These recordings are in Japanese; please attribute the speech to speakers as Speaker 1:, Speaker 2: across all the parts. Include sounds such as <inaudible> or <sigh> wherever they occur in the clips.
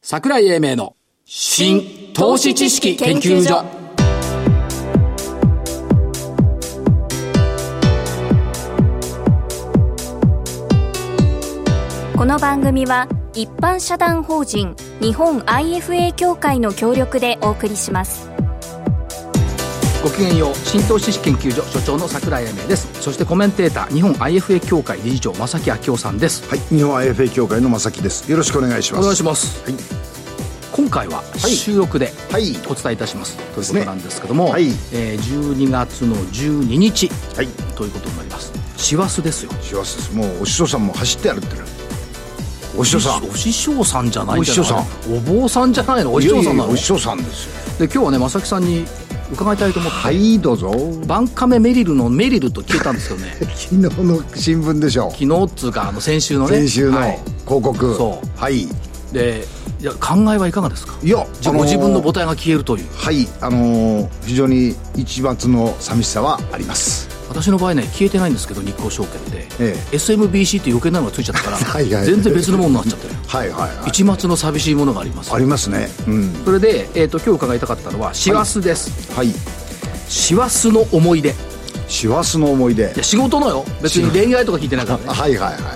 Speaker 1: 桜井英明の新投資知識研究所
Speaker 2: この番組は一般社団法人日本 IFA 協会の協力でお送りします
Speaker 1: ごきげんよう新投資知識研究所所長の桜井英明ですそしてコメンテーター日本 IFA 協会理事長正木昭夫さんです
Speaker 3: はい、日本 IFA 協会の正木です。よろしくお願いします。
Speaker 1: お願いします、
Speaker 3: はい
Speaker 1: 今回はい収録で
Speaker 3: はい
Speaker 1: お伝えいたします、という
Speaker 3: す
Speaker 1: こ
Speaker 3: ね
Speaker 1: となんですけども、
Speaker 3: はい
Speaker 1: えー12月の12日
Speaker 3: はい、
Speaker 1: ということになります師走ですよ
Speaker 3: 幸せです。もうお師匠さんも走って歩ってる。お師匠さん。
Speaker 1: お師匠さんじゃないんじゃ
Speaker 3: お師匠
Speaker 1: ないお坊さんじゃないのお師匠さん
Speaker 3: いや
Speaker 1: ないの
Speaker 3: やお師匠さんですよ。
Speaker 1: で今日はね正木さんに伺いたいと思って、
Speaker 3: はい、どうぞ。
Speaker 1: バンカメメリルのメリルと聞いたんですけどね <laughs>
Speaker 3: 昨日の新聞でしょ
Speaker 1: 昨日っつうかあの先週の
Speaker 3: う。
Speaker 1: ね
Speaker 3: 先週の
Speaker 1: はい
Speaker 3: 広告。
Speaker 1: そう
Speaker 3: はい。い
Speaker 1: でいや考えはいかがですか
Speaker 3: や、
Speaker 1: じゃ
Speaker 3: あのー
Speaker 1: ご自分の母体が消えるという
Speaker 3: はい、あのー非常に一抹の寂しさはあります。
Speaker 1: 私の場合ね消えてないんですけど日興証券で、
Speaker 3: え
Speaker 1: SMBC って余計なのがついちゃったから
Speaker 3: <laughs> はいはい
Speaker 1: 全然別のものになっちゃって
Speaker 3: <laughs>
Speaker 1: る
Speaker 3: はいはいはい。
Speaker 1: 一抹の寂しいものがあります
Speaker 3: ありますね。うん。
Speaker 1: それで、えー、と今日伺いたかったのは師走です
Speaker 3: はい。
Speaker 1: 師走、の思い出い
Speaker 3: 師走の思い出。
Speaker 1: や仕事のよ別に恋愛とか聞いてないからね
Speaker 3: あはいはいはいはい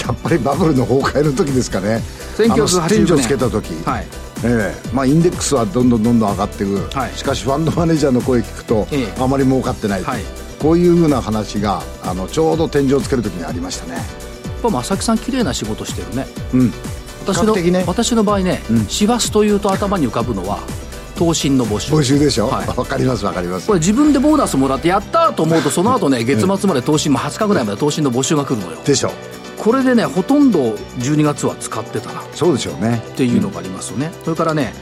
Speaker 3: やっぱりバブルの崩壊の時ですかね
Speaker 1: 1980
Speaker 3: あの天井つけた時、
Speaker 1: はい
Speaker 3: ええまあ、インデックスはどんどんどんどん上がっていく、
Speaker 1: はい
Speaker 3: しかしファンドマネージャーの声聞くと、
Speaker 1: ええ
Speaker 3: あまり儲かってない、
Speaker 1: はい
Speaker 3: こういうふうな話があのちょうど天井つける時にありましたね
Speaker 1: やっぱ正木さん綺麗な仕事してるね
Speaker 3: うん
Speaker 1: 私
Speaker 3: 比
Speaker 1: の
Speaker 3: 較的ね
Speaker 1: 私の場合ね
Speaker 3: うん
Speaker 1: 師走、というと頭に浮かぶのは投信の募集
Speaker 3: 募集でしょわ、
Speaker 1: はい
Speaker 3: かりますわかります
Speaker 1: これ自分でボーナスもらってやったーと思うとその後ね月末まで投信も20日ぐらいまで投信の募集が来るのよ
Speaker 3: でしょ
Speaker 1: これでねほとんど12月は使ってたなっ
Speaker 3: そうでしょうね
Speaker 1: ていうのがありますよね、それからね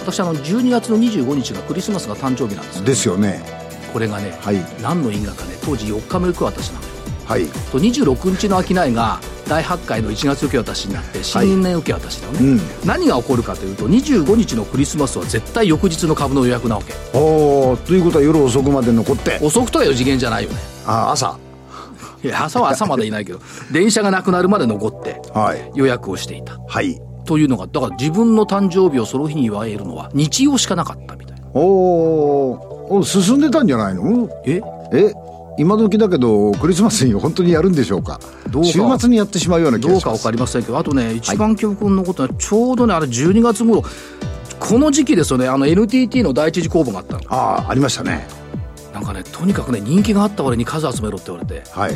Speaker 1: 私あの12月の25日がクリスマスが誕生日なんですよ
Speaker 3: ですよね
Speaker 1: これがね、
Speaker 3: はい
Speaker 1: 何の因果かね当時4日目行く私なのよ
Speaker 3: はい
Speaker 1: と26日の商いが第8回の1月受け渡しになって新年受け渡しだよね、
Speaker 3: うん
Speaker 1: 何が起こるかというと25日のクリスマスは絶対翌日の株の予約なわけ
Speaker 3: おーということは夜遅くまで残って
Speaker 1: 遅くとは4次元じゃないよね
Speaker 3: あ朝
Speaker 1: いや朝は朝までいない
Speaker 3: <laughs>
Speaker 1: けど電車がなくなるまで残って
Speaker 3: はい
Speaker 1: 予約をしていた
Speaker 3: はい
Speaker 1: というのがだから自分の誕生日をその日に祝えるのは日曜しかなかったみたいな
Speaker 3: おーお進んでたんじゃないの
Speaker 1: え
Speaker 3: え今時だけどクリスマスに本当にやるんでしょうか
Speaker 1: どうか
Speaker 3: 週末にやってしまうような気
Speaker 1: ど
Speaker 3: が
Speaker 1: う
Speaker 3: し
Speaker 1: か
Speaker 3: ま
Speaker 1: 分
Speaker 3: す
Speaker 1: かりませんけどあとね一番記憶に残ったのはちょうどねあれ12月頃この時期ですよねあの NTT の第一次公募があったの
Speaker 3: ああありましたね
Speaker 1: なんかねとにかくね人気があった割に数集めろって言われて
Speaker 3: はい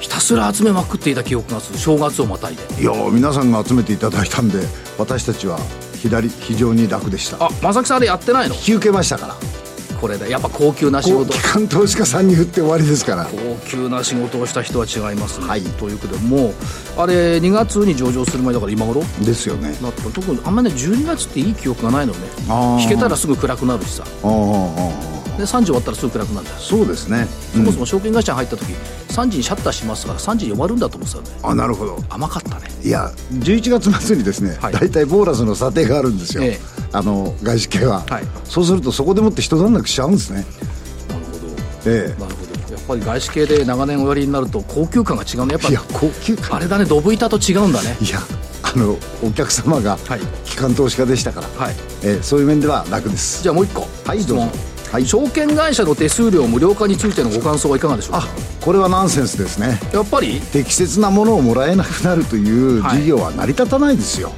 Speaker 1: ひたすら集めまくっていた記憶がする正月をまたいで
Speaker 3: いやー皆さんが集めていただいたんで私たちは左非常に楽でした
Speaker 1: あ正木さんあれやってないの
Speaker 3: 引き受けましたから
Speaker 1: これでやっぱ高級な仕
Speaker 3: こう
Speaker 1: 事
Speaker 3: 機関投資家さんに振って終わりですから
Speaker 1: 高級な仕事をした人は違いますね、
Speaker 3: はい
Speaker 1: ということでもうあれ2月に上場する前だから今頃
Speaker 3: ですよね
Speaker 1: だった特にあんまりね12月っていい記憶がないのね
Speaker 3: あー
Speaker 1: 引けたらすぐ暗くなるしさ
Speaker 3: あーあーあー
Speaker 1: で3時終わったらすぐ暗くなるじゃん
Speaker 3: そうですね、
Speaker 1: そもそも証券会社に入った時3時にシャッターしますから3時に終わるんだと思ってたよね
Speaker 3: うんあなるほど
Speaker 1: 甘かったね
Speaker 3: いや11月末にですね、
Speaker 1: はい
Speaker 3: 大体ボーナスの査定があるんですよ、
Speaker 1: ええ
Speaker 3: あの外資系は、
Speaker 1: はい
Speaker 3: そうするとそこでもって一段落しちゃうんですね
Speaker 1: なるほど
Speaker 3: ええ
Speaker 1: なるほどやっぱり外資系で長年おやりになると高級感が違うねやっぱ
Speaker 3: いや高級感
Speaker 1: あれだねドブ板と違うんだね
Speaker 3: いやあのお客様が
Speaker 1: はい
Speaker 3: 機関投資家でしたから、
Speaker 1: はい
Speaker 3: えーそういう面では楽です
Speaker 1: じゃあもう一個
Speaker 3: はい
Speaker 1: 質問
Speaker 3: どうぞはい
Speaker 1: 証券会社の手数料無料化についてのご感想はいかがでしょうか
Speaker 3: あこれはナンセンスですね
Speaker 1: やっぱり
Speaker 3: 適切なものをもらえなくなるという
Speaker 1: はい
Speaker 3: 事業は成り立たないですよ、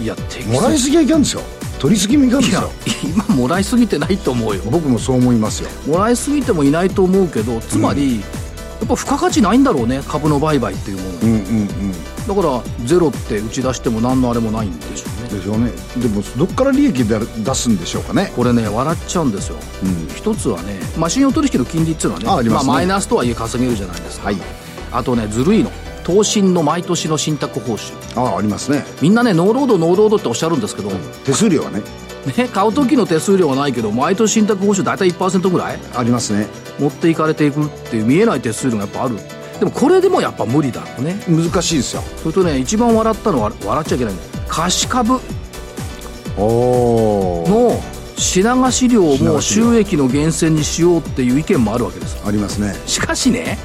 Speaker 1: いや適
Speaker 3: もらいすぎはいかんですよ取りすぎもいかんで
Speaker 1: い
Speaker 3: す
Speaker 1: や
Speaker 3: よ
Speaker 1: 今もらいすぎてないと思うよ
Speaker 3: 僕もそう思いますよ
Speaker 1: もらいすぎてもいないと思うけどつまり、やっぱ付加価値ないんだろうね株の売買っていうもの
Speaker 3: うんうんうん
Speaker 1: だからゼロって打ち出しても何のあれもないんでしょうね
Speaker 3: でしょうねでもどっから利益で出すんでしょうかね
Speaker 1: これね笑っちゃうんですよ、一つはね、まあ、信用取引の金利っていうのはね
Speaker 3: あありますね
Speaker 1: マイナスとはいえ稼げるじゃないですか、
Speaker 3: はい
Speaker 1: あとねずるいの投信の毎年の信託報酬
Speaker 3: ああありますね
Speaker 1: みんなねノーロードノーロードっておっしゃるんですけど、
Speaker 3: 手数料はね
Speaker 1: ね、買う時の手数料はないけど毎年信託報酬大体1%ぐらい
Speaker 3: ありますね
Speaker 1: 持っていかれていくっていう見えない手数料がやっぱあるでもこれでもやっぱ無理だろうね
Speaker 3: 難しいですよ
Speaker 1: それとね一番笑ったのは笑っちゃいけないの貸し株
Speaker 3: おお
Speaker 1: の品貸し料を
Speaker 3: 品
Speaker 1: もう
Speaker 3: 貸し料
Speaker 1: 収益の源泉にしようっていう意見もあるわけですよ
Speaker 3: ありますね
Speaker 1: しかしね、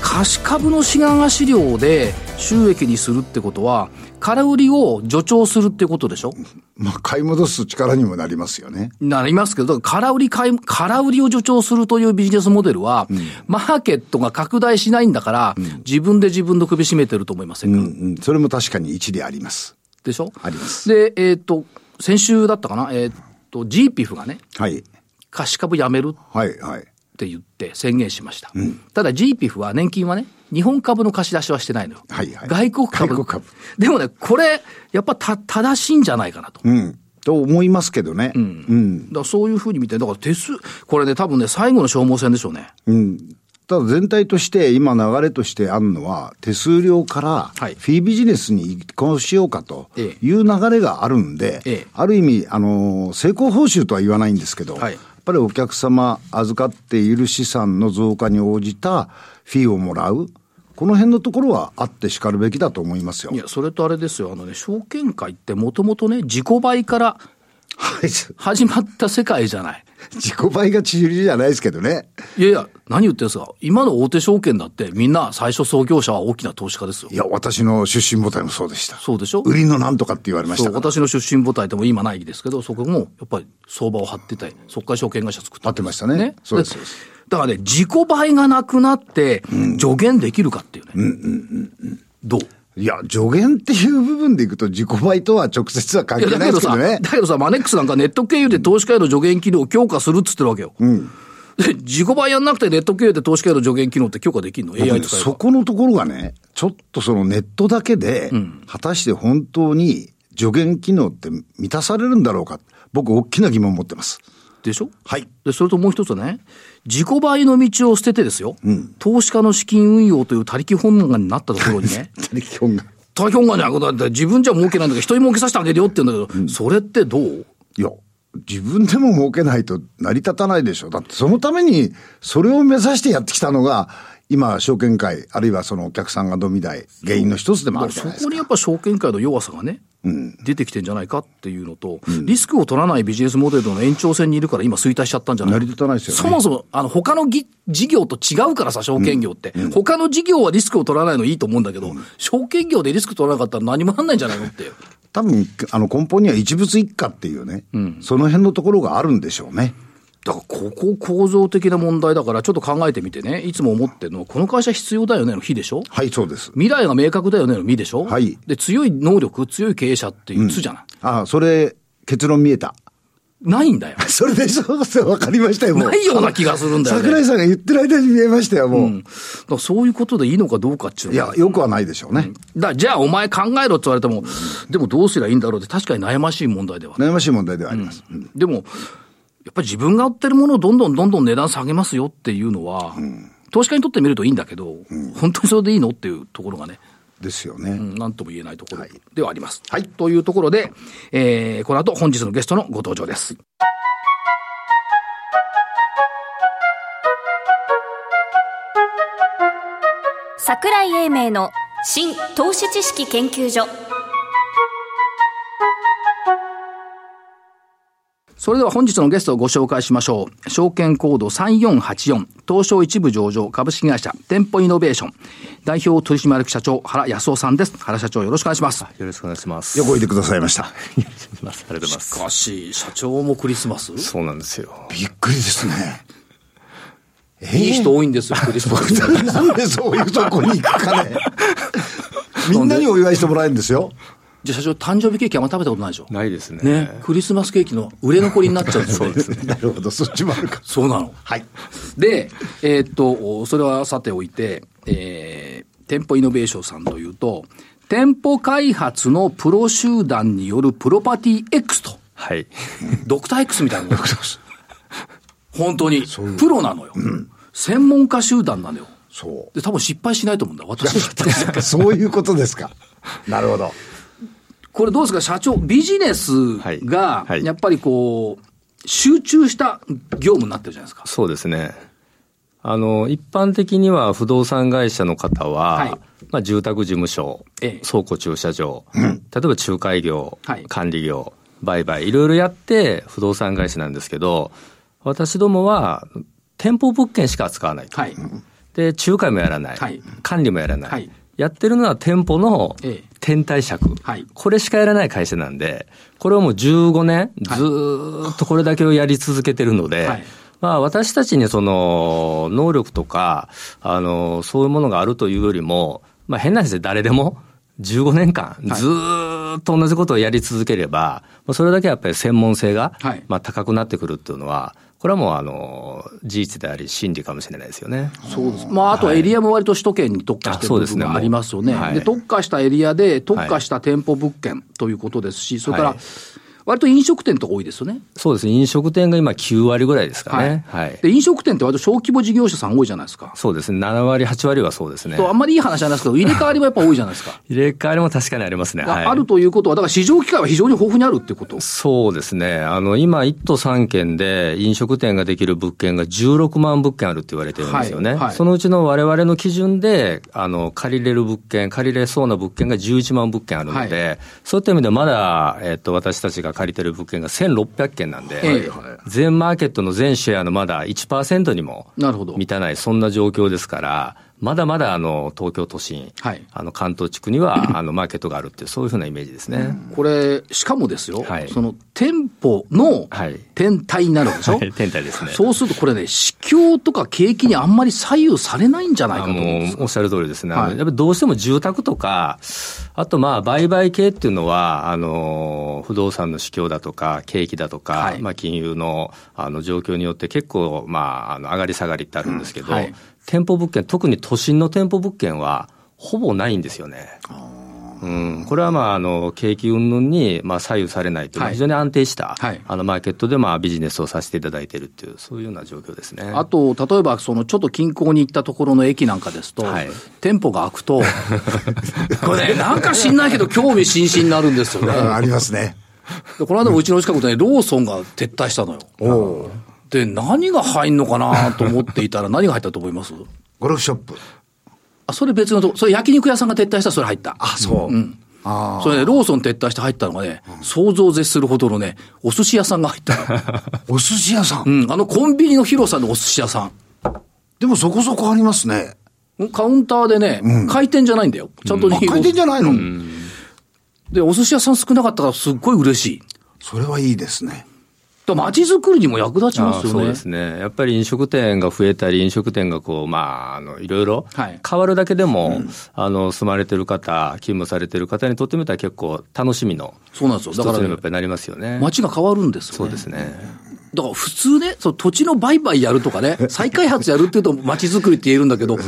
Speaker 1: 貸し株の志願が資料で収益にするってことは、空売りを助長するってことでしょ
Speaker 3: まあ、買い戻す力にもなりますよね。
Speaker 1: なりますけど、だから空売り買い、空売りを助長するというビジネスモデルは、マーケットが拡大しないんだから、自分で自分の首絞めてると思いません
Speaker 3: う
Speaker 1: か、
Speaker 3: んうん。それも確かに一理あります。
Speaker 1: でしょ
Speaker 3: あります
Speaker 1: で、えっ、と、先週だったかなえっ、と、GPF がね、
Speaker 3: はい。
Speaker 1: 貸し株やめるっ
Speaker 3: はい、はい。
Speaker 1: て言って宣言しました。ただ GPF は年金はね、日本株の貸し出しはしてないのよ。
Speaker 3: はいは
Speaker 1: 外
Speaker 3: い
Speaker 1: 国株。
Speaker 3: 外国株
Speaker 1: でもね、これ、やっぱた、正しいんじゃないかなと。
Speaker 3: うん。と思いますけどね。うん。
Speaker 1: だからそういうふうに見て、だから手数、これね、多分ね、最後の消耗戦でしょうね。
Speaker 3: うん。ただ全体として、今流れとしてあるのは、手数料からフ
Speaker 1: はい
Speaker 3: ィービジネスに移行しようかと
Speaker 1: ええ
Speaker 3: いう流れがあるんで、
Speaker 1: ええ
Speaker 3: ある意味、あの、成功報酬とは言わないんですけど、
Speaker 1: はい
Speaker 3: やっぱりお客様預かっている資産の増加に応じたフィーをもらう、この辺のところはあってしかるべきだと思いますよ
Speaker 1: い。や、それとあれですよ、あのね、証券会ってもともとね、自己倍から
Speaker 3: はい。 <laughs> 自
Speaker 1: 始まった世界じゃない。
Speaker 3: 己倍が縮りじゃないですけどね。
Speaker 1: いやいや、何言ってんですか、今の大手証券だって、みんな最初創業者は大きな投資家ですよ
Speaker 3: い。や、私の出身母体もそうでした。
Speaker 1: そうでしょ
Speaker 3: 売りのなんとかって言われまし
Speaker 1: そ
Speaker 3: た
Speaker 1: う、
Speaker 3: から。
Speaker 1: 私の出身母体でも今ないですけど、そこもやっぱり相場を張ってたり、そこから証券会社作った
Speaker 3: 合ってましたねそうですそうです
Speaker 1: だからね、自己倍がなくなって、助言できるかっていうね。どう
Speaker 3: いや、助言っていう部分でいくと、自己倍とは直接は関
Speaker 1: いやだ
Speaker 3: 係ない
Speaker 1: けど
Speaker 3: ですけ
Speaker 1: さ、
Speaker 3: どね。
Speaker 1: だけどさ、マネックスなんかネット経由で投資家への助言機能を強化するっつってるわけよ。で、自己倍やんなくてネット経由で投資家への助言機能って強化できるの ?AI 使えば
Speaker 3: そこのところがね、ちょっとそのネットだけで、果たして本当に助言機能って満たされるんだろうか。僕、大きな疑問を持ってます。
Speaker 1: でしょ
Speaker 3: はい。
Speaker 1: で、それともう一つね、自己倍の道を捨ててですよ、投資家の資金運用という他力本願になったところに
Speaker 3: <laughs>
Speaker 1: ね、
Speaker 3: 他力本願。
Speaker 1: 他力本願じゃなくなって自分じゃ儲けないんだけど、人に儲けさせてあげるよって言うんだけど、それってどう
Speaker 3: いや、自分でも儲けないと成り立たないでしょ。だってそのために、それを目指してやってきたのが、今、証券会、あるいはそのお客さんが飲み代、原因の一つでもあるじゃ
Speaker 1: そ
Speaker 3: ないです
Speaker 1: こ
Speaker 3: か。
Speaker 1: にやっぱ証券界の弱さがね、出てきてんじゃないかっていうのと、リスクを取らないビジネスモデルの延長線にいるから今衰退しちゃったんじゃない
Speaker 3: 成り立たないですよね
Speaker 1: そもそも、あの、他のぎ事業と違うからさ、証券業って、他の事業はリスクを取らないのいいと思うんだけど、証券業でリスク取らなかったら何もなんないんじゃないのって。
Speaker 3: 多分、あの根本には一物一家っていうね、その辺のところがあるんでしょうね。
Speaker 1: だからここ構造的な問題だからちょっと考えてみてね、いつも思ってるのは、この会社必要だよねの非でしょ
Speaker 3: はい、そうです。
Speaker 1: 未来が明確だよねの未でしょ
Speaker 3: はい
Speaker 1: で、強い能力、強い経営者っていうつじゃない、
Speaker 3: ああ、それ、結論見えた。 <laughs>
Speaker 1: ないんだよ。
Speaker 3: それでしょそうわかりましたよ、もう。
Speaker 1: ないような気がするんだよね。
Speaker 3: 桜井さんが言ってる間に見えましたよ、もう。
Speaker 1: だからそういうことでいいのかどうかっていう
Speaker 3: い
Speaker 1: のは
Speaker 3: や、よくはないでしょうね。
Speaker 1: だからじゃあお前考えろって言われても、でもどうすりゃいいんだろうって確かに悩ましい問題ではある
Speaker 3: 悩ましい問題ではあります。うん
Speaker 1: でも、やっぱり自分が売ってるものをどんどんどんどん値段下げますよっていうのは、投資家にとってみるといいんだけど、本当にそれでいいのっていうところがね、
Speaker 3: ですよね。
Speaker 1: うんなんとも言えないところ
Speaker 3: い
Speaker 1: ではあります。はい。というところで、えー、この後本日のゲストのご登場です。
Speaker 2: 桜井英明の新投資知識研究所
Speaker 1: それでは本日のゲストをご紹介しましょう。証券コード3484、東証一部上場株式会社店舗イノベーション、代表取締役社長原康夫さんです。原社長よろしくお願いします。
Speaker 4: よろしくお願いします。
Speaker 3: よくおいでくださいま
Speaker 1: <laughs>
Speaker 3: した。
Speaker 4: よろしくお願いします。ありがとうございます。
Speaker 1: かし、社長もクリスマス
Speaker 4: そうなんですよ。
Speaker 3: びっくりですね。えー
Speaker 1: いい人多いんですよ、クリスマス。
Speaker 3: <laughs> なんでそういうとこに行くかね。みんなにお祝いしてもらえるんですよ。 <laughs>
Speaker 1: じゃあ社長、誕生日ケーキあんま食べたことないでしょ
Speaker 4: ないですね。
Speaker 1: ね、クリスマスケーキの売れ残りになっちゃうんですよね。
Speaker 3: なるほど、そっちもあるか。
Speaker 1: そうなの。
Speaker 3: はい。
Speaker 1: で、えーっと、それはさておいて、えー、店舗イノベーションさんというと、店舗開発のプロ集団によるプロパティ X と、
Speaker 4: はい。
Speaker 1: ドクター X みたいなの。本当に、プロなのよ。専門家集団なのよ。
Speaker 3: そ
Speaker 1: で、多分失敗しないと思うんだ。私だって。
Speaker 3: う。そういうことですか。なるほど。
Speaker 1: これどうですか、社長、ビジネスが
Speaker 4: はい、はい
Speaker 1: やっぱりこう、集中した業務になってるじゃないですか。
Speaker 4: そうですね。あの、一般的には不動産会社の方は、
Speaker 1: はい
Speaker 4: まあ、住宅事務所、
Speaker 1: ええ
Speaker 4: 倉庫駐車場、例えば仲介業、
Speaker 1: はい
Speaker 4: 管理業、売買、いろいろやって不動産会社なんですけど、私どもは店舗物件しか扱わないと。
Speaker 1: はい。
Speaker 4: で、仲介もやらない。
Speaker 1: はい
Speaker 4: 管理もやらない。
Speaker 1: はい
Speaker 4: やってるのは店舗の
Speaker 1: ええ
Speaker 4: 天体尺、
Speaker 1: はい
Speaker 4: これしかやらない会社なんで、これをもう15年、ずーっとこれだけをやり続けてるので、
Speaker 1: はい
Speaker 4: まあ私たちにその能力とか、あの、そういうものがあるというよりも、まあ変な話で誰でも、15年間ずーっと同じことをやり続ければ、まあそれだけやっぱり専門性が、
Speaker 1: はい
Speaker 4: まあ高くなってくるっていうのは、これはもうあの、事実であり真理かもしれないですよね。
Speaker 1: そうです。まあ、あとエリアも割と首都圏に特化して
Speaker 4: あ
Speaker 1: る
Speaker 4: そう
Speaker 1: 部
Speaker 4: です
Speaker 1: 分
Speaker 4: ね
Speaker 1: がありますよね。
Speaker 4: もうはい
Speaker 1: で、特化したエリアで特化した店舗物件ということですし、それか
Speaker 4: は
Speaker 1: ら
Speaker 4: い、
Speaker 1: 割と飲食店とか多いですよね。
Speaker 4: そうですね。飲食店が今9割ぐらいですかね。はい。
Speaker 1: で、飲食店って割と小規模事業者さん多いじゃないですか。
Speaker 4: そうですね。7割、8割はそうですね。
Speaker 1: とあんまりいい話じゃないですけ
Speaker 4: <laughs>
Speaker 1: ど、入れ替わりもやっぱ多いじゃないですか。
Speaker 4: 入れ替わりも確かにありますね。 <laughs> はい。
Speaker 1: あるということは、だから市場機会は非常に豊富にあるっていうこと。
Speaker 4: そうですね。あの、今、1都3県で飲食店ができる物件が16万物件あるって言われてるんですよね。
Speaker 1: はいはい
Speaker 4: そのうちの我々の基準で、あの、借りれる物件、借りれそうな物件が11万物件あるので、そういった意味ではまだ、えっと、私たちが借りてる物件が1600件なんで、
Speaker 1: ええ
Speaker 4: 全マーケットの全シェアのまだ1%にも
Speaker 1: なるほど
Speaker 4: 満たない、そんな状況ですから、まだまだあの東京都心、
Speaker 1: はい
Speaker 4: あの関東地区にはあのマーケットがあるっていう、そういうふうなイメージですね。
Speaker 1: これ、しかもですよ、
Speaker 4: はい
Speaker 1: その店舗の
Speaker 4: はい
Speaker 1: 天体になるでしょ、
Speaker 4: はい天体ですね
Speaker 1: そうするとこれね、市況とか景気にあんまり左右されないんじゃないか
Speaker 4: あ
Speaker 1: と思うん
Speaker 4: も
Speaker 1: ですよ
Speaker 4: うおっしゃる通りですね、
Speaker 1: はい
Speaker 4: あのやっぱりどうしても住宅とか、あとまあ売買系っていうのは、あの不動産の市況だとか、景気だとか、
Speaker 1: はい
Speaker 4: まあ、金融のあの状況によって、結構、まあ、あの上がり下がりってあるんですけど、
Speaker 1: うんはい
Speaker 4: 店舗物件、特に都心の店舗物件は、ほぼないんですよね。うん、これはまああの景気云々にまあ左右されないという、
Speaker 1: はい
Speaker 4: 非常に安定した、
Speaker 1: はい
Speaker 4: あのマーケットでまあビジネスをさせていただいているという、そういうような状況ですね。
Speaker 1: あと、例えば、その、ちょっと近郊に行ったところの駅なんかですと、
Speaker 4: はい
Speaker 1: 店舗が開く
Speaker 3: <laughs>
Speaker 1: と、これね、なんか知んないけど、興味津々になるんですよね。
Speaker 3: <laughs> ありますね。
Speaker 1: でこの間もうちの近くでね、ローソンが撤退したのよ。で、何が入んのかなと思っていたら、何が入ったと思います
Speaker 3: ゴルフショップ。
Speaker 1: あ、それ別のとこ、それ焼肉屋さんが撤退したらそれ入った。
Speaker 3: あ、そう。あ
Speaker 1: それね、ローソン撤退して入ったのがね、想像を絶するほどのね、お寿司屋さんが入った
Speaker 3: <laughs>
Speaker 1: の。
Speaker 3: あ、お寿司屋さん。
Speaker 1: うん、あのコンビニの広さのお寿司屋さ
Speaker 3: でもそこそこありますね。
Speaker 1: ん。カウンターでね、回転じゃないんだよ。ちゃんと
Speaker 3: あ
Speaker 1: 握る
Speaker 3: 回転じゃないの、
Speaker 1: で、お寿司屋さん少なかったからすっごい嬉しい。
Speaker 3: それはいいですね。
Speaker 1: だから街づくりにも役立ち
Speaker 4: ああ
Speaker 1: ますよね。
Speaker 4: そうですね。やっぱり飲食店が増えたり、飲食店がこう、まあ、あの、いろいろ
Speaker 1: はい
Speaker 4: 変わるだけでも、あの、住まれてる方、勤務されてる方にとってみたら結構楽しみの
Speaker 1: そうなんですよ。
Speaker 4: 一
Speaker 1: だ
Speaker 4: つ
Speaker 1: から
Speaker 4: にも
Speaker 1: ね、
Speaker 4: やっぱりなりますよね。
Speaker 1: 街が変わるんですよ、ね。
Speaker 4: そうですね。
Speaker 1: だから普通ね、その土地の売買やるとか
Speaker 4: <laughs>
Speaker 1: ね、再開発やるっていうと街づくりって言えるんだけど、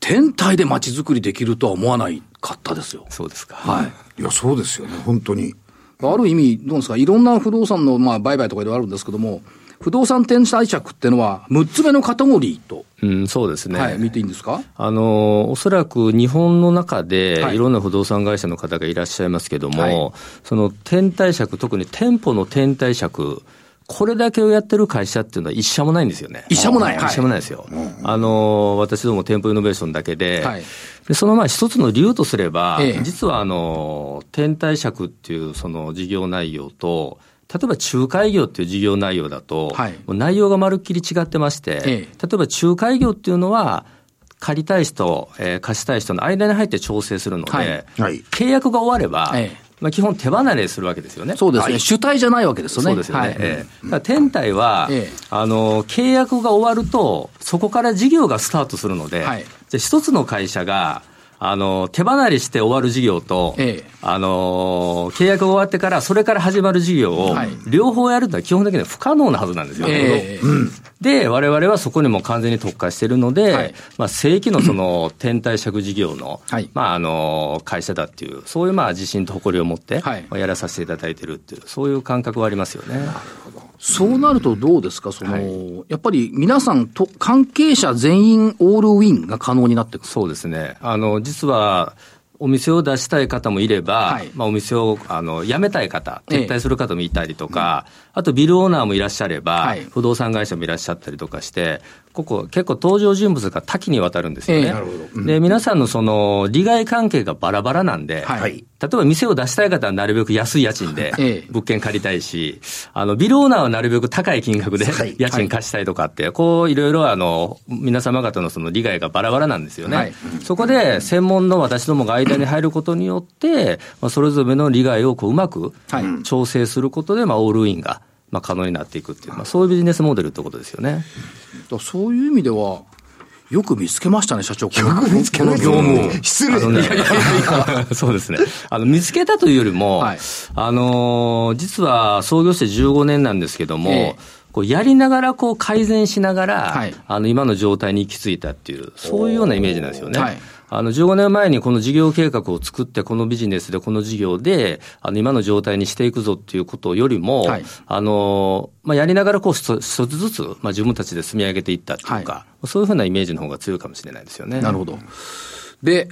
Speaker 1: 天体で街づくりできるとは思わないかったですよ。
Speaker 4: そうですか。
Speaker 1: はい。
Speaker 3: いや、そうですよね、本当に。
Speaker 1: ある意味、どうですか、いろんな不動産のまあ売買とかいろいろあるんですけども、不動産転売借っていうのは、6つ目のカテゴリーと、
Speaker 4: うん、そうですね。
Speaker 1: はい、見ていいんですか
Speaker 4: あの、おそらく日本の中
Speaker 1: は
Speaker 4: で、
Speaker 1: い
Speaker 4: いろんな不動産会社の方がいらっしゃいますけども、
Speaker 1: はい
Speaker 4: その天体借、特に店舗の天体借、これだけをやってる会社っていうのは一社もないんですよね。
Speaker 1: 一社もない
Speaker 4: あ
Speaker 1: はい
Speaker 4: 一社もないですよ。あの、私ども店舗イノベーションだけで、
Speaker 1: はい
Speaker 4: でそのまあ一つの理由とすれば、
Speaker 1: ええ
Speaker 4: 実はあの、天体借っていうその事業内容と、例えば仲介業っていう事業内容だと、
Speaker 1: はい
Speaker 4: もう内容がまるっきり違ってまして、
Speaker 1: ええ
Speaker 4: 例えば仲介業っていうのは、借りたい人、えー貸したい人の間に入って調整するので、
Speaker 1: はい
Speaker 3: はい
Speaker 4: 契約が終われば、
Speaker 1: ええ
Speaker 4: まあ、基本手離れするわけですよね。
Speaker 1: そうです
Speaker 4: は
Speaker 1: ね、
Speaker 4: い
Speaker 1: 主体じゃないわけですよね。
Speaker 4: そうですよね。
Speaker 1: はい
Speaker 4: ええだから天体は、
Speaker 1: ええ
Speaker 4: あの、契約が終わると、そこから事業がスタートするので、
Speaker 1: はい
Speaker 4: じゃあ一つの会社が、あの、手離れして終わる事業と、
Speaker 1: ええ
Speaker 4: あの、契約が終わってから、それから始まる事業を、
Speaker 1: はい
Speaker 4: 両方やるのは基本的には不可能なはずなんですよ。
Speaker 1: ええ
Speaker 4: で、我々はそこにも完全に特化しているので、
Speaker 1: はい
Speaker 4: まあ、正規のその <clears throat> 天体借事業の、
Speaker 1: はい
Speaker 4: まあ、あの、会社だっていう、そういうまあ自信と誇りを持って、
Speaker 1: はい
Speaker 4: まあやらさせていただいてるっていう、そういう感覚はありますよね。
Speaker 1: そうなるとどうですか、その、
Speaker 4: はい
Speaker 1: やっぱり皆さんと、関係者全員オールウィンが可能になってくる。
Speaker 4: そうですね。あの、実は、お店を出したい方もいれば、
Speaker 1: はい
Speaker 4: まあ、お店をあの辞めたい方、
Speaker 1: ええ
Speaker 4: 撤退する方もいたりとか、あとビルオーナーもいらっしゃれば、
Speaker 1: はい
Speaker 4: 不動産会社もいらっしゃったりとかして、ここ、結構登場人物が多岐にわたるんですよね。
Speaker 1: ええなる
Speaker 4: で皆さんのその利害関係がバラバラなんで、
Speaker 1: はい
Speaker 4: 例えば店を出したい方はなるべく安い家賃
Speaker 1: ええ
Speaker 4: で物件借りたいし、あのビルオーナーはなるべく高い金額で
Speaker 1: はい
Speaker 4: 家賃貸したいとかって、こういろいろあの皆様方のその利害がバラバラなんですよね。
Speaker 1: はい
Speaker 4: そこで専門の私どもが間に入ることによって、まあ、それぞれの利害をこううまく
Speaker 1: はい
Speaker 4: 調整することで、まあ、オールインが。まあ、可能になっていくっていう、まあ、そういうビジネスモデルってことですよね。
Speaker 1: らそういう意味では、よく見つけましたね、社長。よ
Speaker 3: く見つけ
Speaker 1: この
Speaker 3: ました
Speaker 1: 業
Speaker 3: ね
Speaker 1: 務を。
Speaker 3: 失礼
Speaker 4: あのね <laughs> そうですね。あの、見つけたというよりも、
Speaker 1: はい
Speaker 4: あのー実は創業して15年なんですけども、
Speaker 1: ええ
Speaker 4: こうやりながらこう改善しながら、
Speaker 1: はい
Speaker 4: あの今の状態に行き着いたっていう、そういうようなイメージなんですよね。
Speaker 1: はい
Speaker 4: あの15年前にこの事業計画を作って、このビジネスで、この事業で、あの今の状態にしていくぞっていうことよりも、
Speaker 1: はい
Speaker 4: あのーまあ、やりながらこう一つ一つずつ、まあ、自分たちで積み上げていったっていうか、
Speaker 1: は
Speaker 4: そういうふうなイメージの方が強いかもしれないですよ
Speaker 1: <laughs>
Speaker 4: ね。
Speaker 1: なるほど。で、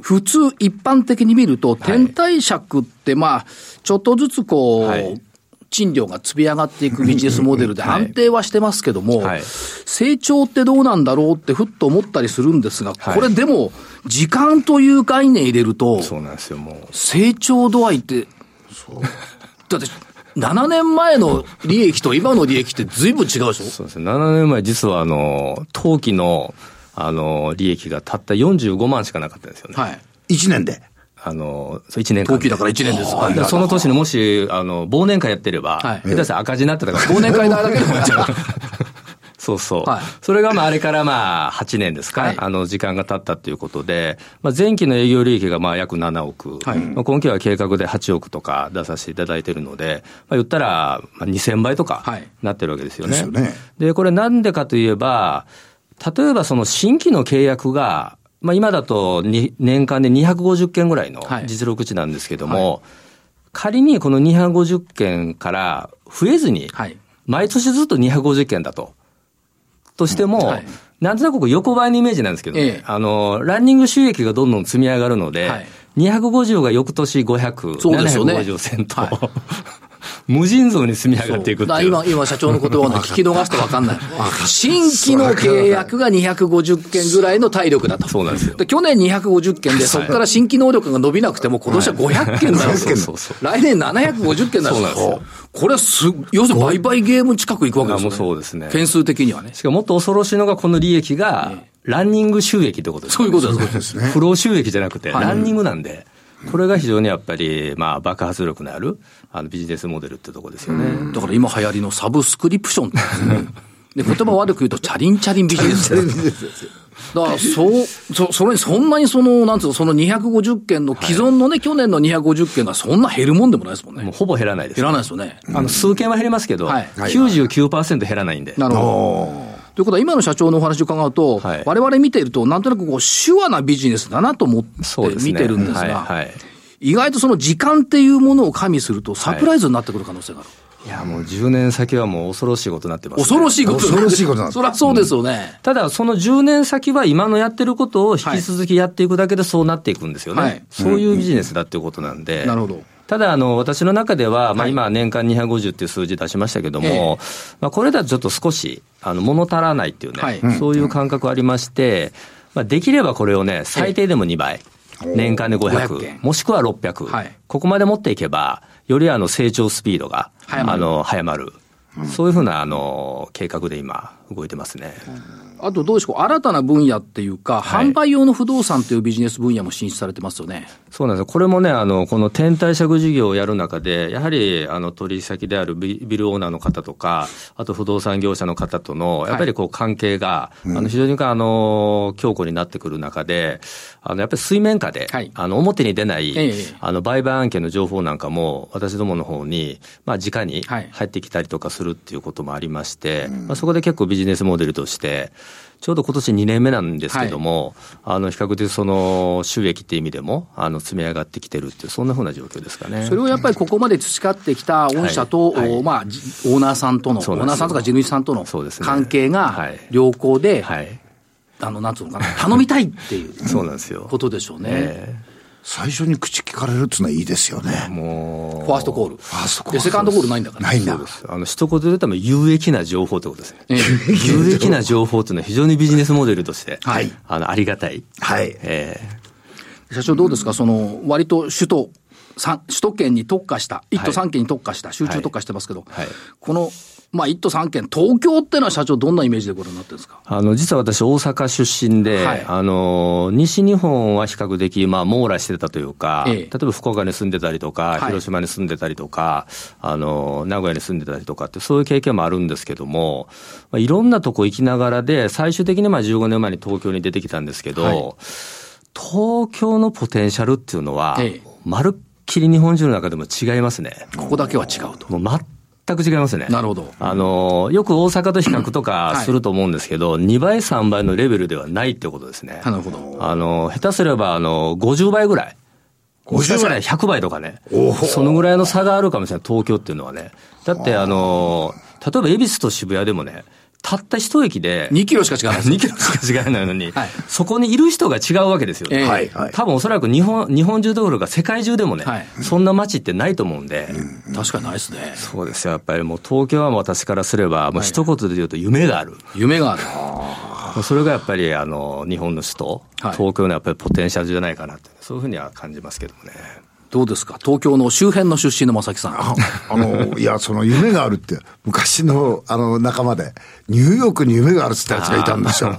Speaker 1: 普通、一般的に見ると、天体尺って、まあ、ちょっとずつこう、
Speaker 4: はい
Speaker 1: 賃料が積み上がっていくビジネスモデルで
Speaker 4: はい
Speaker 1: 安定 <laughs> はしてますけども、
Speaker 4: はい
Speaker 1: 成長ってどうなんだろうってふっと思ったりするんですが、
Speaker 4: はい
Speaker 1: これでも、時間という概念入れると、
Speaker 4: そうなんですよ、もう。
Speaker 1: 成長度合いって、だって、7年前の利益と今の利益って随分違うでしょ
Speaker 4: そうですね。7年前、実は、あの、当期の、あの、利益がたった45万しかなかったんですよね。
Speaker 1: はい。
Speaker 3: 1年で。
Speaker 4: あの、そう1年間
Speaker 1: 当
Speaker 4: で。
Speaker 1: 期だから1年です。
Speaker 4: だからその年にもし、あの、忘年会やってれば、
Speaker 1: はい
Speaker 4: 下手したら赤字になってたから、
Speaker 1: 忘年会代だけで
Speaker 4: <laughs>
Speaker 1: もやっちゃう。
Speaker 4: そうそう。
Speaker 1: はい
Speaker 4: それが、まあ、あれからまあ、8年ですか、
Speaker 1: はい
Speaker 4: あの、時間が経ったということで、まあ、前期の営業利益がまあ、約7億。
Speaker 1: はい
Speaker 4: まあ、今期は計画で8億とか出させていただいてるので、まあ、言ったら、まあ、2000倍と
Speaker 1: は
Speaker 4: か
Speaker 1: い、
Speaker 4: なってるわけですよね。
Speaker 3: ですよね
Speaker 4: で、これなんでかといえば、例えばその新規の契約が、まあ、今だとに年間で250件ぐらいの
Speaker 1: はい
Speaker 4: 実力値なんですけども、仮にこの250件から増えずに、
Speaker 1: はい。
Speaker 4: 毎年ずっと250件だと。としても、
Speaker 1: はい
Speaker 4: なんとなくこう横ばいのイメージなんですけど、ね
Speaker 1: ええ
Speaker 4: あの、ランニング収益がどんどん積み上がるので、
Speaker 1: はい
Speaker 4: 250が翌年500、
Speaker 1: そうですよね
Speaker 4: 750戦と、
Speaker 1: はい
Speaker 4: <laughs> 無尽蔵に積み上がっていくって
Speaker 1: だから
Speaker 4: いう。
Speaker 1: 今、今、社長の言葉をね聞き逃して分かん
Speaker 4: <laughs>
Speaker 1: ない。新規の契約が250件ぐらいの体力だと。
Speaker 4: そうなんですよ
Speaker 1: で去年250件で、そこから新規能力が伸びなくても、今年は500件だろう
Speaker 3: そう
Speaker 4: そうそ
Speaker 1: 来年750件だろ
Speaker 4: そうなんですよ
Speaker 1: これはす、要するに倍々ゲーム近く行くわけですよ、ね。
Speaker 4: あもうそうですね
Speaker 1: 件数的にはね。
Speaker 4: しかももっと恐ろしいのが、この利益が、ランニング収益ってことです
Speaker 1: そう
Speaker 4: ね
Speaker 1: いうことです。
Speaker 3: ですね。
Speaker 4: <laughs> 不労収益じゃなくて、
Speaker 1: はい
Speaker 4: ランニングなんで、これが非常にやっぱり、まあ、爆発力のあるあのビジネスモデルってとこですよね。
Speaker 1: だから今流行りのサブスクリプションってやつねで言葉悪く言うと、チャリンチャリンビジネス。だから、そう、そ、それに、そんなにその、なんつうの、その250件の既存のね、去年の250件がそんな減るもんでもないですもん
Speaker 4: も
Speaker 1: ね
Speaker 4: う。ほぼ減らないです
Speaker 1: 減。らないですよね。
Speaker 4: あの数件は減りますけど、
Speaker 1: はい
Speaker 4: 99%減らないんで。
Speaker 1: なるほど。ということは、今の社長のお話を伺うと、
Speaker 4: はい
Speaker 1: 我々見ていると、なんとなくこう、手話なビジネスだなと思って
Speaker 4: そうですね。
Speaker 1: 見てるんですが、
Speaker 4: はい、はい。
Speaker 1: 意外とその時間っていうものを加味すると、サプライズになってくる可能性がある。
Speaker 4: いや、もう10年先はもう恐ろしいことになってます、
Speaker 1: 恐ろしいこと
Speaker 3: 恐ろしいことなんです
Speaker 1: そりゃそうですよね。
Speaker 4: ただ、その10年先は今のやってることを引き続きやっていくだけでそうなっていくんですよね。
Speaker 1: はい
Speaker 4: そういうビジネスだっていうことなんで。
Speaker 1: なるほど
Speaker 4: ただあの、私の中では、まあ、今、年間250っていう数字出しましたけども、
Speaker 1: ええ
Speaker 4: まあ、これだとちょっと少しあの物足らないっていうね、
Speaker 1: はい
Speaker 4: そういう感覚ありまして、まあ、できればこれをね、最低でも2倍、年間で
Speaker 1: 500件
Speaker 4: 500、もしくは600、
Speaker 1: はい
Speaker 4: ここまで持っていけば、よりあの成長スピードが
Speaker 1: 早まる
Speaker 4: あの早まる、そういうふうなあの計画で今、動いてますね。
Speaker 1: あとどうでしょう、新たな分野っていうか、
Speaker 4: はい
Speaker 1: 販売用の不動産というビジネス分野も進出されてますよね。
Speaker 4: そうなんですよこれもね、あのこの天体借事業をやる中で、やはりあの取引先であるビビルオーナーの方とか、あと不動産業者の方との、やっぱりこう関係が、あの非常にあの強固になってくる中で、あのやっぱり水面下で、
Speaker 1: はい
Speaker 4: あの表に出ない、
Speaker 1: ええ
Speaker 4: あの売買案件の情報なんかも、私どもの方に、まあ直に
Speaker 1: はい
Speaker 4: 入ってきたりとかするっていうこともありまして、まあ、そこで結構ビジネスモデルとして、ちょうど今年2年目なんですけども、あの比較的その収益っていう意味でも、あの積み上がってきてるっていう、そんなふうな状況ですかね。
Speaker 1: それをやっぱりここまで培ってきた御社と、
Speaker 4: はいはい
Speaker 1: おまあ、じオーナーさんとの、オ
Speaker 4: そうな
Speaker 1: ー
Speaker 4: んで
Speaker 1: ナー
Speaker 4: すよ
Speaker 1: さんとか地主さんとの
Speaker 4: そうですね
Speaker 1: 関係
Speaker 4: は
Speaker 1: が
Speaker 4: い
Speaker 1: 良好で、
Speaker 4: はい、
Speaker 1: あの、なんつうのかな、頼みたいっていう
Speaker 4: そうなんですよ。
Speaker 1: ことでしょうね。
Speaker 4: <laughs> え
Speaker 3: 最初に口聞かれるっていうのはいいですよね。
Speaker 4: えもう
Speaker 1: ファーストコール。
Speaker 3: ファーストコール
Speaker 1: で、セカンドコールないんだから。
Speaker 3: ないん
Speaker 4: そう
Speaker 3: だ
Speaker 4: で。すあの一言で言うと、有益な情報ってことですね。
Speaker 1: ええ
Speaker 4: <laughs> 有益な情報っていうのは非常にビジネスモデルとして、
Speaker 3: はい
Speaker 4: あのありがたい。
Speaker 3: はい。
Speaker 4: ええ
Speaker 1: 社長どうですか、その、割と首都、三首都圏に特化した、一都三県に特化した、集中特化してますけど、
Speaker 4: はい
Speaker 1: この、まあ、一都三県、東京ってのは社長どんなイメージでご覧になってるんですか
Speaker 4: あの、実は私、大阪出身で、
Speaker 1: はい
Speaker 4: あの、西日本は比較的、まあ、網羅してたというか、
Speaker 1: ええ
Speaker 4: 例えば福岡に住んでたりとか、
Speaker 1: い
Speaker 4: 広島に住んでたりとか、あの、名古屋に住んでたりとかって、そういう経験もあるんですけども、まあ、いろんなとこ行きながらで、最終的にまあ、15年前に東京に出てきたんですけど、
Speaker 1: はい
Speaker 4: 東京のポテンシャルっていうのは、
Speaker 1: ええ
Speaker 4: まるっきり日本人の中でも違いますね。
Speaker 1: ここだけは違うと。
Speaker 4: もう全く違いますね。
Speaker 1: なるほど
Speaker 4: あの、よく大阪と比較と
Speaker 1: は
Speaker 4: か
Speaker 1: い
Speaker 4: すると思うんですけど、2倍、3倍のレベルではないってことですね。
Speaker 1: なるほど。
Speaker 4: あの、下手すれば、あの、50倍ぐらい。もしかしたら100倍とかね。そのぐらいの差があるかもしれない、東京っていうのはね。だって、あの、例えば恵比寿と渋谷でもね、たった一駅で、
Speaker 1: 2キロしか違わないです。
Speaker 4: <laughs> 2キロしか違いないのに、
Speaker 1: はい
Speaker 4: そこにいる人が違うわけですよね。
Speaker 1: ええ
Speaker 3: はいはい。
Speaker 4: 多分おそらく日本、日本中どころか世界中でもね、
Speaker 1: はい
Speaker 4: そんな街ってないと思うんで、
Speaker 1: 確かにないですね。
Speaker 4: そうですよ、やっぱりもう東京はもう私からすれば、もう一言で言うと夢がある。
Speaker 1: 夢がある。
Speaker 4: もうそれがやっぱりあの日本の首都、
Speaker 1: はい
Speaker 4: 東京のやっぱりポテンシャルじゃないかなって、そういうふうには感じますけどもね。
Speaker 1: どうですか東京の周辺の出身の正木さん。
Speaker 3: あの、いや、その夢があるって、昔のあの仲間で、ニューヨークに夢があるっつったやつがいたんですよ。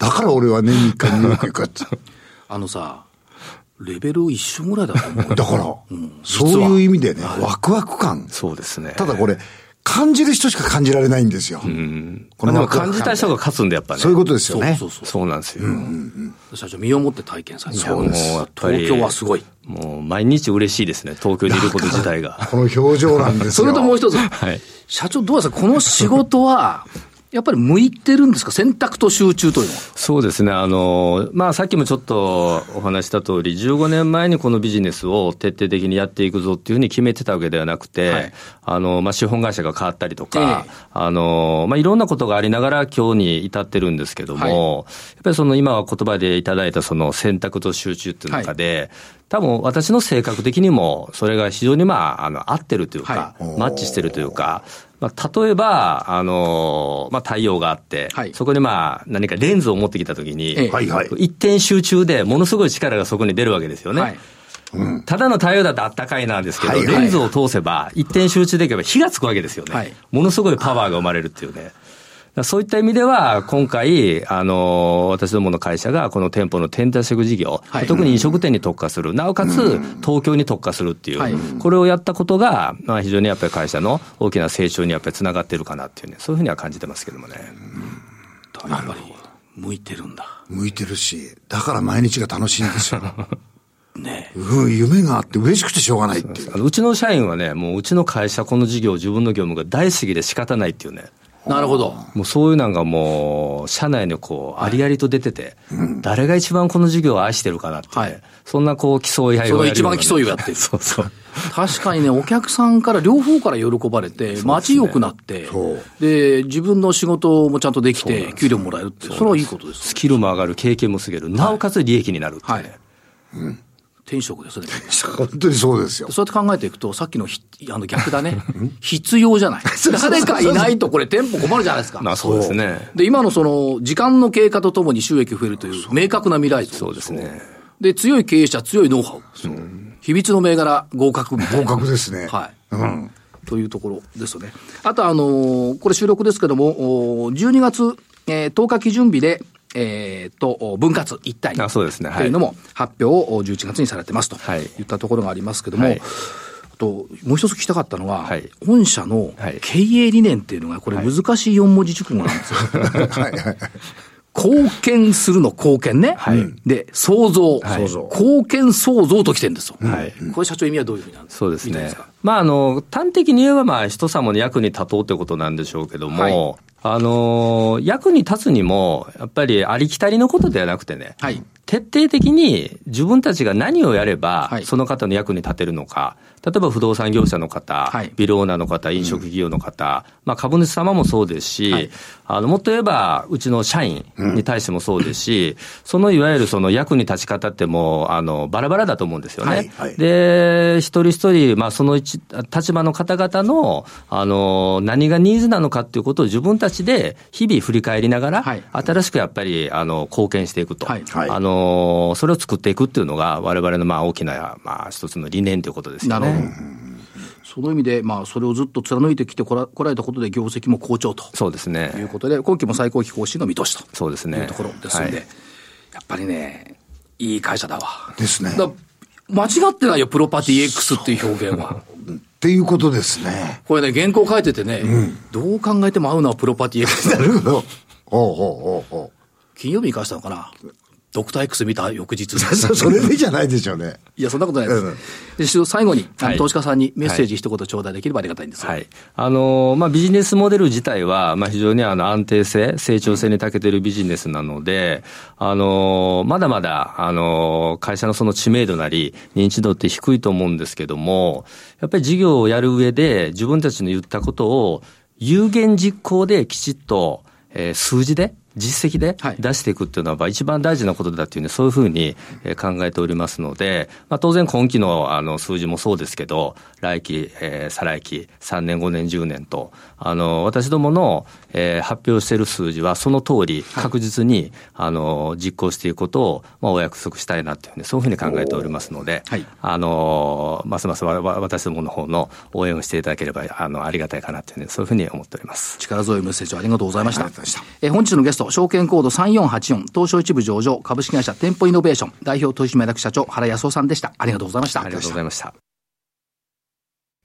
Speaker 3: だから俺は年に一回ニューヨーク行くや
Speaker 1: <laughs>
Speaker 3: つ。
Speaker 1: あのさ、レベル一緒ぐらいだと思うよ。
Speaker 3: だから、そういう意味でね、ワクワク感。
Speaker 4: そうですね。
Speaker 3: ただこれ、感じる人しか感じられないんですよ。こ
Speaker 4: まあで
Speaker 3: ワ
Speaker 4: も
Speaker 3: クワ
Speaker 4: 感
Speaker 3: ク感
Speaker 4: じた人が勝つんで、やっ <laughs> ぱね。
Speaker 3: そういうことですよね。
Speaker 1: そうそう
Speaker 4: そうなんですよ。
Speaker 1: 社長、身をもって体験されて
Speaker 4: もうやっぱり
Speaker 1: 東京はすごい。
Speaker 4: もう毎日嬉しいですね、東京にいること自体が。
Speaker 3: この表情なんですよ。
Speaker 1: それともう一つ、
Speaker 4: はい
Speaker 1: 社長、どうですか、この仕事
Speaker 4: <laughs>
Speaker 1: は、やっぱり向いてるんですか、選択と集中というのは。
Speaker 4: そうですね、あのまあ、さっきもちょっとお話した通り、15年前にこのビジネスを徹底的にやっていくぞっていうふうに決めてたわけではなくて、
Speaker 1: はい
Speaker 4: あのまあ、資本会社が変わったりとか、
Speaker 1: ええ
Speaker 4: あのまあ、いろんなことがありながら、今日に至ってるんですけども、やっぱりその今は言葉でいただいたその選択と集中っていう中で、多分私の性格的にも、それが非常に、まあ、あの合ってるというか、
Speaker 3: はい
Speaker 4: マッチしてるというか。まあ、例えば、あのまあ、太陽があって、
Speaker 1: はい
Speaker 4: そこにまあ、何かレンズを持ってきたときに、
Speaker 1: ええ
Speaker 3: はいはい。
Speaker 4: 一点集中で、ものすごい力がそこに出るわけですよね。
Speaker 1: はい
Speaker 4: ただの太陽だとあったかいなんですけど、
Speaker 3: はいはい
Speaker 4: レンズを通せば、一点集中できれば火がつくわけですよね。
Speaker 1: はい
Speaker 4: ものすごいパワーが生まれるっていうね。だからそういった意味では、今回、あの、私どもの会社が、この店舗の転退食事業、
Speaker 1: はい
Speaker 4: 特に飲食店に特化する、なおかつ、東京に特化するっていう、
Speaker 1: はい
Speaker 4: これをやったことが、まあ、非常にやっぱり会社の大きな成長にやっぱりつながってるかなっていうね、そういうふうには感じてますけどもね。
Speaker 1: やっぱり、向いてるんだ。
Speaker 3: 向いてるし、だから毎日が楽しいんですよ。
Speaker 1: ねえ
Speaker 3: うん、夢があって嬉しくてしょうがないっていう。
Speaker 4: あのうちの社員はね、もううちの会社、この事業、自分の業務が大好きで仕方ないっていうね、
Speaker 1: なるほど。
Speaker 4: もうそういうなんかもう、社内にこう、ありありと出てて、誰が一番この事業を愛してるかなっていうね、
Speaker 1: はい
Speaker 4: そんなこう、競い合いをやる
Speaker 1: それが一
Speaker 4: ような
Speaker 1: 番
Speaker 4: ね
Speaker 1: 競いをやってる
Speaker 4: <laughs> そうそう。
Speaker 1: 確かにね、お客さんから両方から喜ばれて、街良くなって
Speaker 3: そう、
Speaker 1: で、自分の仕事もちゃんとできて、給料もらえるって、それはいいことです。
Speaker 4: スキルも上がる、経験もすげる、なおかつ利益になるっていう
Speaker 1: は
Speaker 4: ね。
Speaker 1: い転職ですね。
Speaker 3: 本当にそうですよ。
Speaker 1: そうやって考えていくと、さっきのひあの逆だね。必要じゃない。誰かいないとこれ店舗困るじゃないですか。
Speaker 4: まあそうですね。
Speaker 1: で、今のその、時間の経過とともに収益増えるという明確な未来像。
Speaker 4: そうですね。
Speaker 1: で、強い経営者、強いノウハウ。秘密の銘柄、合格みたいな
Speaker 3: 合格ですね。
Speaker 1: はい。
Speaker 3: うん。
Speaker 1: というところですよね。あと、あのーこれ収録ですけども、おー12月、えー10日基準日で、えーと、お分割一体
Speaker 4: あそうですねはい
Speaker 1: というのも発表をお11月にされてますと、
Speaker 4: はい
Speaker 1: い、ったところがありますけども、
Speaker 4: はい
Speaker 1: あと、もう一つ聞きたかったのは、
Speaker 4: はい
Speaker 1: 本社の
Speaker 4: はい
Speaker 1: 経営理念っていうのが、これ難しい4文字熟語なんですよ。
Speaker 3: はいはい。
Speaker 1: 貢献するの貢献ね。
Speaker 4: はい
Speaker 1: で、創造。
Speaker 4: はい
Speaker 1: 貢献創造と来てるんですよ。
Speaker 4: はい
Speaker 1: これ社長意味はどういうふうになんですか
Speaker 4: そうです
Speaker 1: みたいで
Speaker 4: ね
Speaker 1: すか。
Speaker 4: まあ、あの、端的に言えば、まあ、人様の役に立とうということなんでしょうけども、あの、役に立つにも、やっぱりありきたりのことではなくてね、
Speaker 1: はい
Speaker 4: 徹底的に自分たちが何をやれば、
Speaker 1: はい
Speaker 4: その方の役に立てるのか、例えば不動産業者の方、
Speaker 1: はい
Speaker 4: ビルオーナーの方、飲食企業の方、まあ、株主様もそうですし、
Speaker 1: はい
Speaker 4: あのもっと言えば、うちの社員に対してもそうですし、そのいわゆるその役に立ち方ってもうあのバラバラだと思うんですよね。
Speaker 3: はいはい
Speaker 4: で、一人一人、まあ、その一立場の方々のあの何がニーズなのかっていうことを自分たちで日々振り返りながら、
Speaker 1: はい
Speaker 4: 新しくやっぱりあの貢献していくと。
Speaker 1: はい
Speaker 3: はい
Speaker 4: あののそれを作っていくっていうのが、我々のまあ大きな、まあ、一つの理念ということですよ
Speaker 1: な
Speaker 4: ね。
Speaker 1: るほど。その意味で、まあ、それをずっと貫いてきてこらこられたことで、業績も好調と
Speaker 4: そうです
Speaker 1: いう
Speaker 4: ね。
Speaker 1: ことで、今期も最高期更新の見通しと
Speaker 4: そうですね。
Speaker 1: いうところですんで、
Speaker 4: はい
Speaker 1: やっぱりね、いい会社だわ。
Speaker 3: ですね。
Speaker 1: だ
Speaker 3: っ
Speaker 1: 間違ってないよ、プロパティ X っていう表現は。
Speaker 3: ていうことですね。
Speaker 1: これね、原稿書いててね、どう考えても合うのはプロパティ X
Speaker 3: なるほど。ほうほうほうほ
Speaker 1: 金曜日に返したのかな、ドクター X 見た翌日。
Speaker 3: う。 <laughs> そそれでじゃないでしょうね。
Speaker 1: いや、そんなことないです。で最後に、あの
Speaker 4: はい
Speaker 1: 投資家さんにメッセージ一言頂戴できればありがたいんですが
Speaker 4: はいあのまあ、ビジネスモデル自体は、まあ、非常にあの安定性、成長性に長けてるビジネスなので、あのまだまだ、あの会社のその知名度なり、認知度って低いと思うんですけども、やっぱり事業をやる上で、自分たちの言ったことを有言実行できちっと、えー数字で、実績で
Speaker 1: はい
Speaker 4: 出していくっていうのはまあ一番大事なことだっていうね、そういうふうにえー考えておりますので、まあ、当然今期のあの数字もそうですけど、来期、えー再来期、3年、5年、10年と、あの、私どもの、えー発表している数字はその通り確実に、あの、実行していくことを、まあ、お約束したいなっていうね、そういうふうに考えておりますので、
Speaker 1: はい
Speaker 4: あの、ますますわわ私どもの方の応援をしていただければ、あの、ありがたいかなっていうね、そういうふうに思っております。
Speaker 1: 力強いメッセージをありがとうございました。
Speaker 3: ありがとうございま
Speaker 1: えー本日のゲスト、証券コード3484、東証一部上場、株式会社店舗イノベーション、代表取締役社長、原康夫さんでした。ありがとうございました。
Speaker 4: ありがとうございました。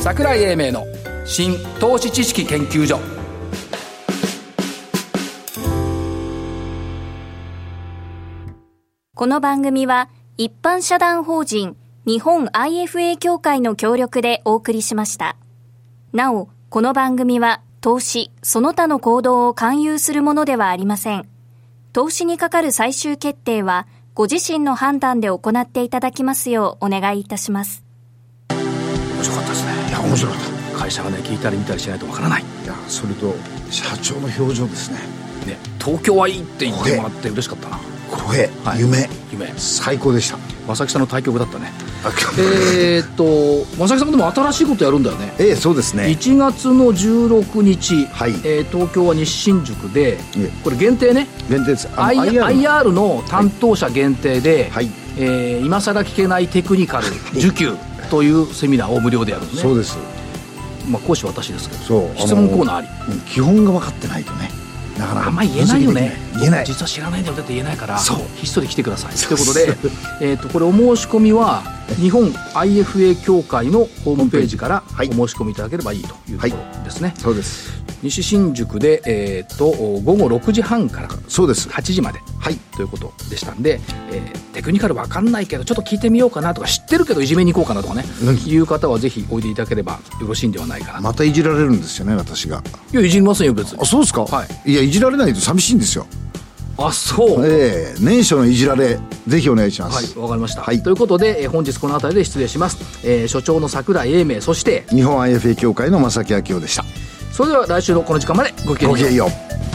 Speaker 1: 桜井英明の新投資知識研究所
Speaker 2: この番組は一般社団法人日本 IFA 協会の協力でお送りしました。なお、この番組は投資、その他の行動を勧誘するものではありません。投資にかかる最終決定はご自身の判断で行っていただきますようお願いいたします。
Speaker 1: 面白かったですね
Speaker 3: いや、面白かった。
Speaker 1: 会社がね聞いたり見たりしないとわからない
Speaker 3: いや、それと、社長の表情ですね。
Speaker 1: ね東京はいいって言ってもらって嬉しかったな
Speaker 3: 声、
Speaker 1: はい
Speaker 3: 夢、
Speaker 1: 夢
Speaker 3: 最高でした。
Speaker 1: 正木さんの対局だったね
Speaker 3: あ
Speaker 1: えーっと正木さんでも新しいことやるんだよね
Speaker 3: ええ、そうですね。
Speaker 1: 1月の16日、
Speaker 3: はい
Speaker 1: えー東京は西新宿で
Speaker 3: え
Speaker 1: これ限定ね
Speaker 3: 限定です。あ
Speaker 1: I-
Speaker 3: の IR の
Speaker 1: IR の担当者限定で、
Speaker 3: はい
Speaker 1: えー今更聞けないテクニカル受給というセミナーを無料でやるのね
Speaker 3: そうです。
Speaker 1: まあ、講師は私ですけど
Speaker 3: そう。
Speaker 1: 質問コーナーあり
Speaker 3: あのうん基本が分かってないとね。なかなか。
Speaker 1: あんまり言えないよね
Speaker 3: 言えない。
Speaker 1: 実は知らないんだよだって言えないから
Speaker 3: そう
Speaker 1: ひっそり来てくださいと
Speaker 3: そ
Speaker 1: いううことで、えー、とこれお申し込みは日本 IFA 協会のホームページからお
Speaker 3: はい
Speaker 1: 申し込みいただければいいというところですね、
Speaker 3: そうです。
Speaker 1: 西新宿で、えー、と午後6時半から
Speaker 3: そうです。
Speaker 1: 8時まで
Speaker 3: はい。
Speaker 1: ということでしたんで、えーテクニカルわかんないけどちょっと聞いてみようかなとか知ってるけどいじめに行こうかなとかね、
Speaker 3: うん
Speaker 1: いう方はぜひおいでいただければよろしいんではないかな、
Speaker 3: またいじられるんですよね、私が。
Speaker 1: いやいじりませんよ別に
Speaker 3: あ、そうですか。。
Speaker 1: はい
Speaker 3: いや、いじられないと寂しいんですよ。
Speaker 1: あそう
Speaker 3: ええ、年初のいじられ、ぜひお願いしま
Speaker 1: はい
Speaker 3: す。
Speaker 1: わかりました、
Speaker 3: はい
Speaker 1: ということで、えー本日この辺りで失礼します、えー所長の桜井英明そして
Speaker 3: 日本 IFA 協会の正木明夫でした。
Speaker 1: それでは来週のこの時間までごきげん
Speaker 3: ご
Speaker 1: よ
Speaker 3: き
Speaker 1: う
Speaker 3: げんよう。